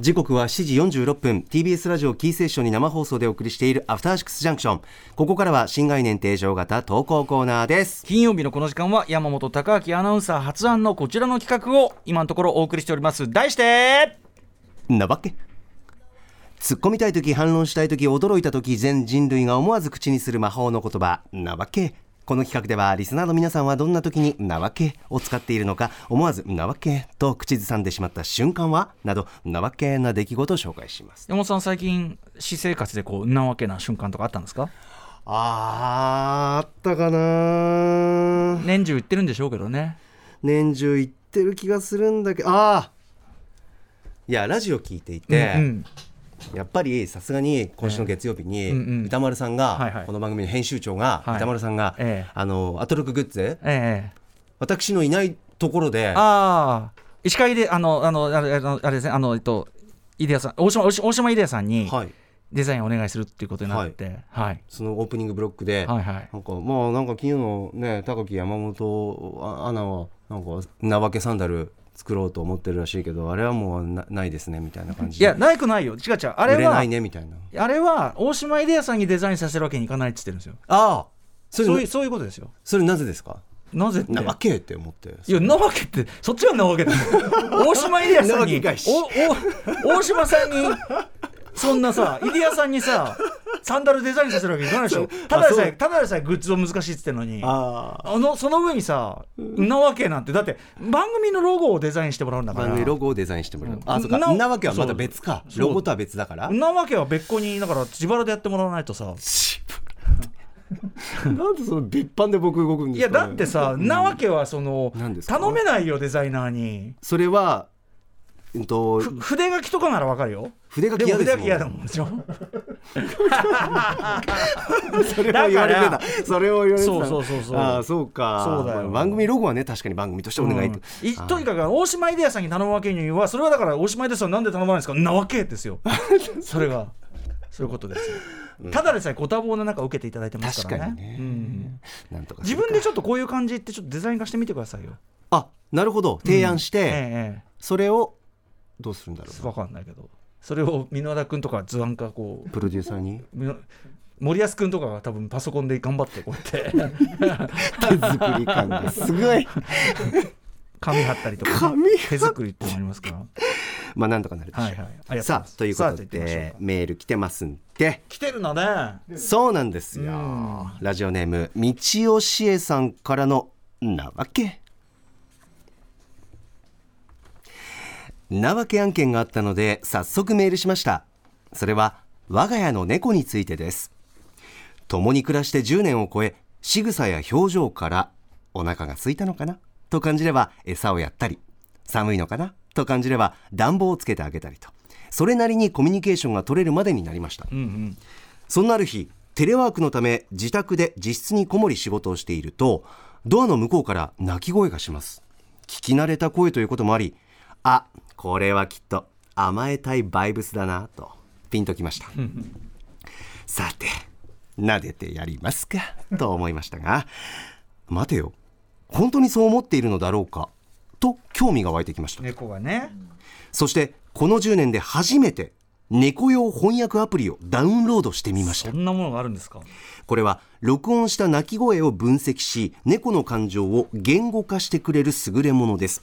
時刻は7時46分 TBS ラジオキーセーションに生放送でお送りしているアフターシックスジャンクションここからは新概念提唱型投稿コーナーです金曜日のこの時間は山本貴明アナウンサー発案のこちらの企画を今のところお送りしております題してなわけ突っ込みたい時反論したい時驚いた時全人類が思わず口にする魔法の言葉なわけこの企画ではリスナーの皆さんはどんな時に「なわけ」を使っているのか思わず「なわけ」と口ずさんでしまった瞬間はなどなわけな出来事を紹介します山本さん最近私生活でこうなわけな瞬間とかあったんですかあーあったかな年中言ってるんでしょうけどね年中行ってる気がするんだけどああいやラジオ聞いていて、うんうんやっぱりさすがに今週の月曜日にうんうん歌丸さんはいはがいこの番組の編集長がはい歌丸さんがええあのアトロックグッズええ私のいないところでああ石川であのあのあれあのあれですねあのえっと入谷さん大島大島大島入谷さんにはいデザインをお願いするっていうことになってはいそのオープニングブロックではいはいなんかまあなんか昨日のね高木山本あアナはなんかなわけサンダル作ろうと思ってるらしいけどあれはもうなないですねみたいな感じいでやないくないよ違う違うあれ売れなはいねみたいなあれは大島入谷さんにデザインさせるわけにいかないって言ってるんですよああそれそういうそういうことですよそれなぜですかなぜってなわけって思っていや、なわけって、そっちがなわけだよ。大島入谷さんになわけかいし、おお大島さんに、そんなさ、入谷さんにさ、サンダルデザインさせるわけにいかないでしょ。ただでさそうえ、ただでさえグッズを難しいって言ってるのに。あああのその上にさ、なわけなんて、だって番組のロゴをデザインしてもらうんだから、番組ロゴをデザインしてもらう、あそうかななわけはまた別かそうロゴとは別だからなわけは別個に、だから自腹でやってもらわないとさ、なんでその別版で僕動くんいや、だってさ、なわけはその何で、すか頼めないよ、デザイナーに。それは、うんと、ふ筆書きとかならわかるよ。筆書きで嫌もですも筆書んき嫌だもんでしょ。 それを言われてだかたそれを言われてたそうそうそうそうああそうかそうだよまあ番組ロゴはね確かに番組としてお願いと、うんいとにかく大島イデアさんに頼むわけにはそれはだから大島イデアさんなんで頼まないんですかんなわけで すよそれがそういうことですよ、ただでさえご多忙な中受けていただいてますからね確かにねうんなんとかす自るか分でちょっとこういう感じってちょっとデザイン化してみてくださいよ、あなるほど提案して、ええそれをどうするんだろう分かんないけどそれを箕輪田君とか図案化こうプロデューサーにみの森保君とかが多分パソコンで頑張ってこう やって手作り感 がすごい紙貼ったりとかね、紙貼っ手作りってのもありますからまあなんとかなるでしょう、はいはいありがとうございますさあということさあじゃあ行ってみましでょうかメール来てますんで来てるのねそうなんですよ、うんラジオネーム道尾しえさんからのなわけなわけ案件があったので早速メールしましたそれは我が家の猫についてです共に暮らして10年を超え仕草や表情からお腹が空いたのかなと感じれば餌をやったり寒いのかなと感じれば暖房をつけてあげたりとそれなりにコミュニケーションが取れるまでになりましたうんうんそんなある日、テレワークのため自宅で自室にこもり仕事をしていると、ドアの向こうから泣き声がします。聞き慣れた声ということもあり、あ、これはきっと甘えたいバイブスだなとピンときました。さて、撫でてやりますかと思いましたが、待てよ、本当にそう思っているのだろうかと興味が湧いてきました。猫がねそして、この10年で初めて猫用翻訳アプリをダウンロードしてみましたそ。んなものがあるんですかこれは録音した鳴き声を分析し猫の感情を言語化してくれる優れものです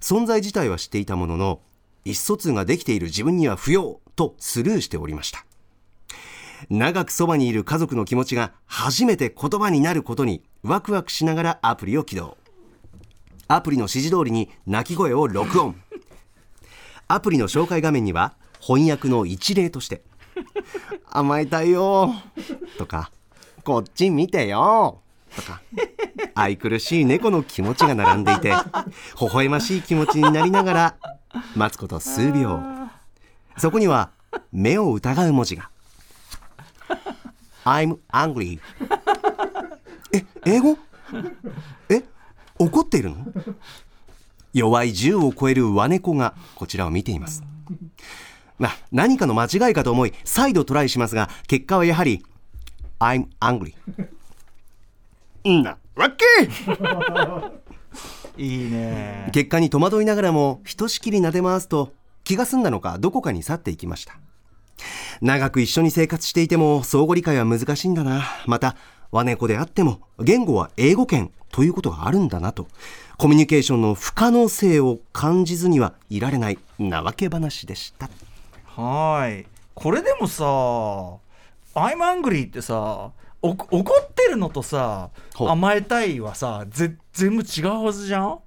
存在自体は知っていたものの一疎通ができている自分には不要とスルーしておりました長くそばにいる家族の気持ちが初めて言葉になることにワクワクしながらアプリを起動アプリの指示通りに鳴き声を録音アプリの紹介画面には翻訳の一例として甘えたいよとかこっち見てよとか愛くるしい猫の気持ちが並んでいて微笑ましい気持ちになりながら待つこと数秒そこには目を疑う文字が「I'm angry」え英語え怒っているの弱い10を超える和猫がこちらを見ていますまあ、何かの間違いかと思い、再度トライしますが、結果はやはり、I'm angry。なわけいいね結果に戸惑いながらも、ひとしきり撫で回すと、気が済んだのかどこかに去っていきました長く一緒に生活していても相互理解は難しいんだなまた和猫であっても言語は英語圏ということがあるんだなとコミュニケーションの不可能性を感じずにはいられないなわけ話でしたはいこれでもさ「I'm angry」ってさお怒ってるのとさほう甘えたいはさぜ全部違うはずじゃん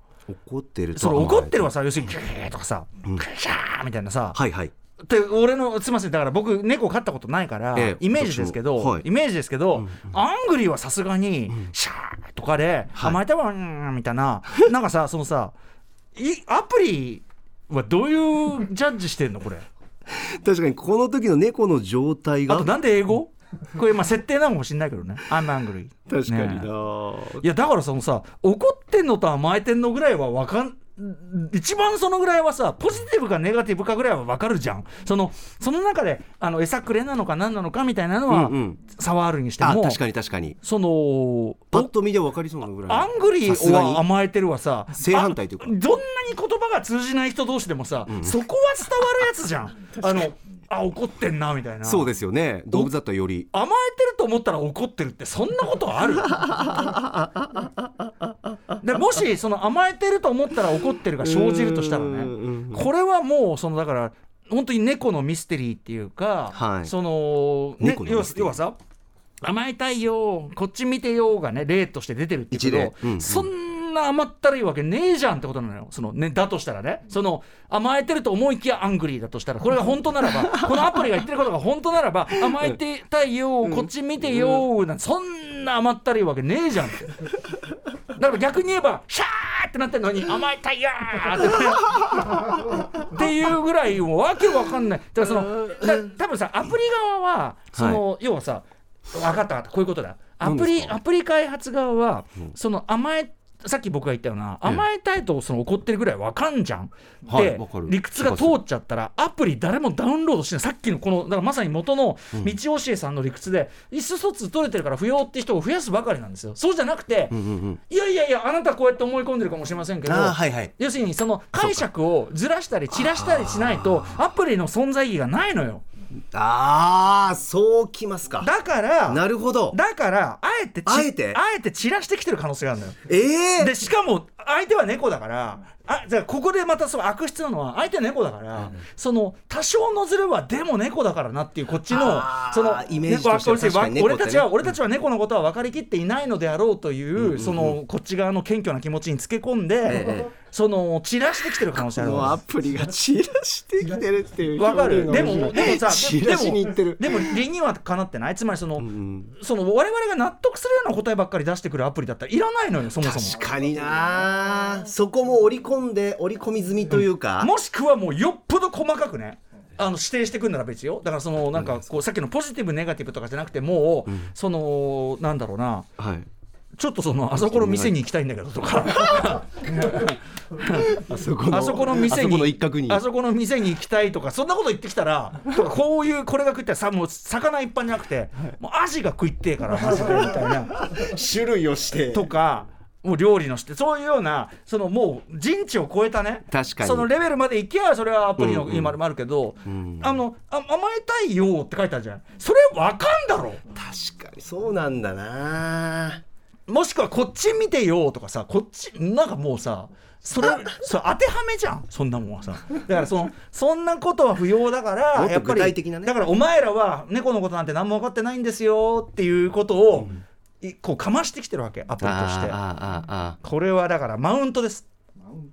怒ってるとその怒ってるはさ要するに「ギー」とかさ「んクシャー」みたいなさはいはいで俺のすいませんだから僕猫飼ったことないから、ええイメージですけ私もど、はいイメージですけど、アングリーはさすがに、シャーとかではい甘えたわんみたいななんかさそのさいアプリはどういうジャッジしてんのこれ確かにこの時の猫の状態あがとなんで英語これまあ設定なのかもしれないけどね「I'm angry」確かにねな、いやだからそのさ怒ってんのと甘えてんのぐらいはわかん一番そのぐらいはさポジティブかネガティブかぐらいはわかるじゃんそのその中であの餌くれなのか何なのかみたいなのは、うんうん差はあるにしてあも確かに確かにそのパッと見で分かりそうなぐらいアングリさすーがはに甘えてるはさ正反対というかあどんなに言葉が通じない人同士でもさ、そこは伝わるやつじゃんあのあ怒ってんなみたいなそうですよね動物だったらより甘えてると思ったら怒ってるってそんなことあるでもしその甘えてると思ったら怒ってるが生じるとしたらうんうんうんねこれはもうそのだから本当に猫のミステリーっていうか、はいその、ね猫、の要ミはステリー要はさ甘えたいよこっち見てよがね例として出てるってけ一例ど、うんうんそんな甘ったるいわけねえじゃんってことなのよその、ね、だとしたらねその甘えてると思いきやアングリーだ としたらこれが本当ならばこのアプリが言ってることが本当ならば甘えてたいよこっち見てよなんてそんな甘ったるいわけねえじゃんってだから逆に言えばシャーってなってるのに甘えたいよーってっていうぐらいもうわけわかんないだからそのだ多分さアプリ側はその、要はさ分かった分かったこういうことだア何プでリすかアプリ開発側は、その甘えさっき僕が言ったようなええ甘えたいとその怒ってるぐらいわかんじゃん、はいでわかる理屈が通っちゃったらアプリ誰もダウンロードしてないさっきのこのだからまさに元の道教えさんの理屈で意思疎通取れてるから不要って人を増やすばかりなんですよそうじゃなくて、うんうんうんいやいやいやあなたこうやって思い込んでるかもしれませんけどあーはいはい要するにその解釈をずらしたり散らしたりしないとアプリの存在意義がないのよああそうきますかだからなるほどだからあえてちあえてあえて散らしてきてる可能性があるのよええ でしかも相手は猫だからあじゃあここでまたその悪質なのは相手は猫だから、その多少のズレはでも猫だからなっていうこっちのあーそのイメージとしては猫は確かに猫俺ってねたちは俺たちは猫のことは分かりきっていないのであろうという、そのこっち側の謙虚な気持ちにつけ込んで、えその散らしてきてる可能性あるもうアプリが散らしてきてるっていうわかる表で現が面も白いでもさ散でらしに行ってもるでも理にはかなってないつまりその,、んその我々が納得するような答えばっかり出してくるアプリだったらいらないのよそもそも。確かになそこも織り込んで織り込み済みというか、もしくはもうよっぽど細かくねあの指定してくるなら別よだからそのなんかこうさっきのポジティブネガティブとかじゃなくてもう、そのなんだろうなはいちょっとそのあそこの店に行きたいんだけどとかあそこあそこの店あそにこの一角にあそこの店に行きたいとかそんなこと言ってきたらとかこういうこれが食ってさもう魚一般じゃなくて、もうアジが食いってえからマジでみたいな種類をしてとか。もう料理のしてそういうようなそのもう人知を超えたね確かにそのレベルまで行けばそれはアプリの今でもあるけど、んあのあ甘えたいよって書いてあるじゃんそれわかんだろ確かにそうなんだなもしくはこっち見てよとかさこっちなんかもうさそれそれ当てはめじゃんそんなもんはさだからそのそんなことは不要だからもっとやっぱ具り体的なねだからお前らは猫のことなんて何も分かってないんですよっていうことを、いこうかましてきてるわけアプリとしてあああこれはだからマウントです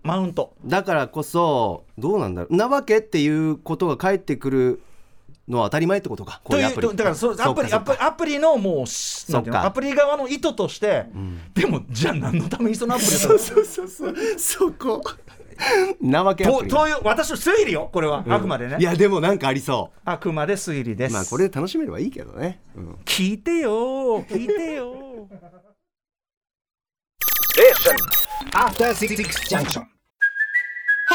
マウントだからこそどうなんだろうなわけっていうことが返ってくるのは当たり前ってことかことういいううアプリとだからそうアプリそアっかプリアプリのもうしなんていうそっのかアプリ側の意図として、でもじゃあ何のためにそのアプリをそうそうそうそうそこ なわけアとプリという私の推理よこれは、あくまでねいやでもなんかありそあくまで推理でうす、まあこれで楽しめればいいけどね、うん聞いてよー聞いてよー After Six Junction Hey,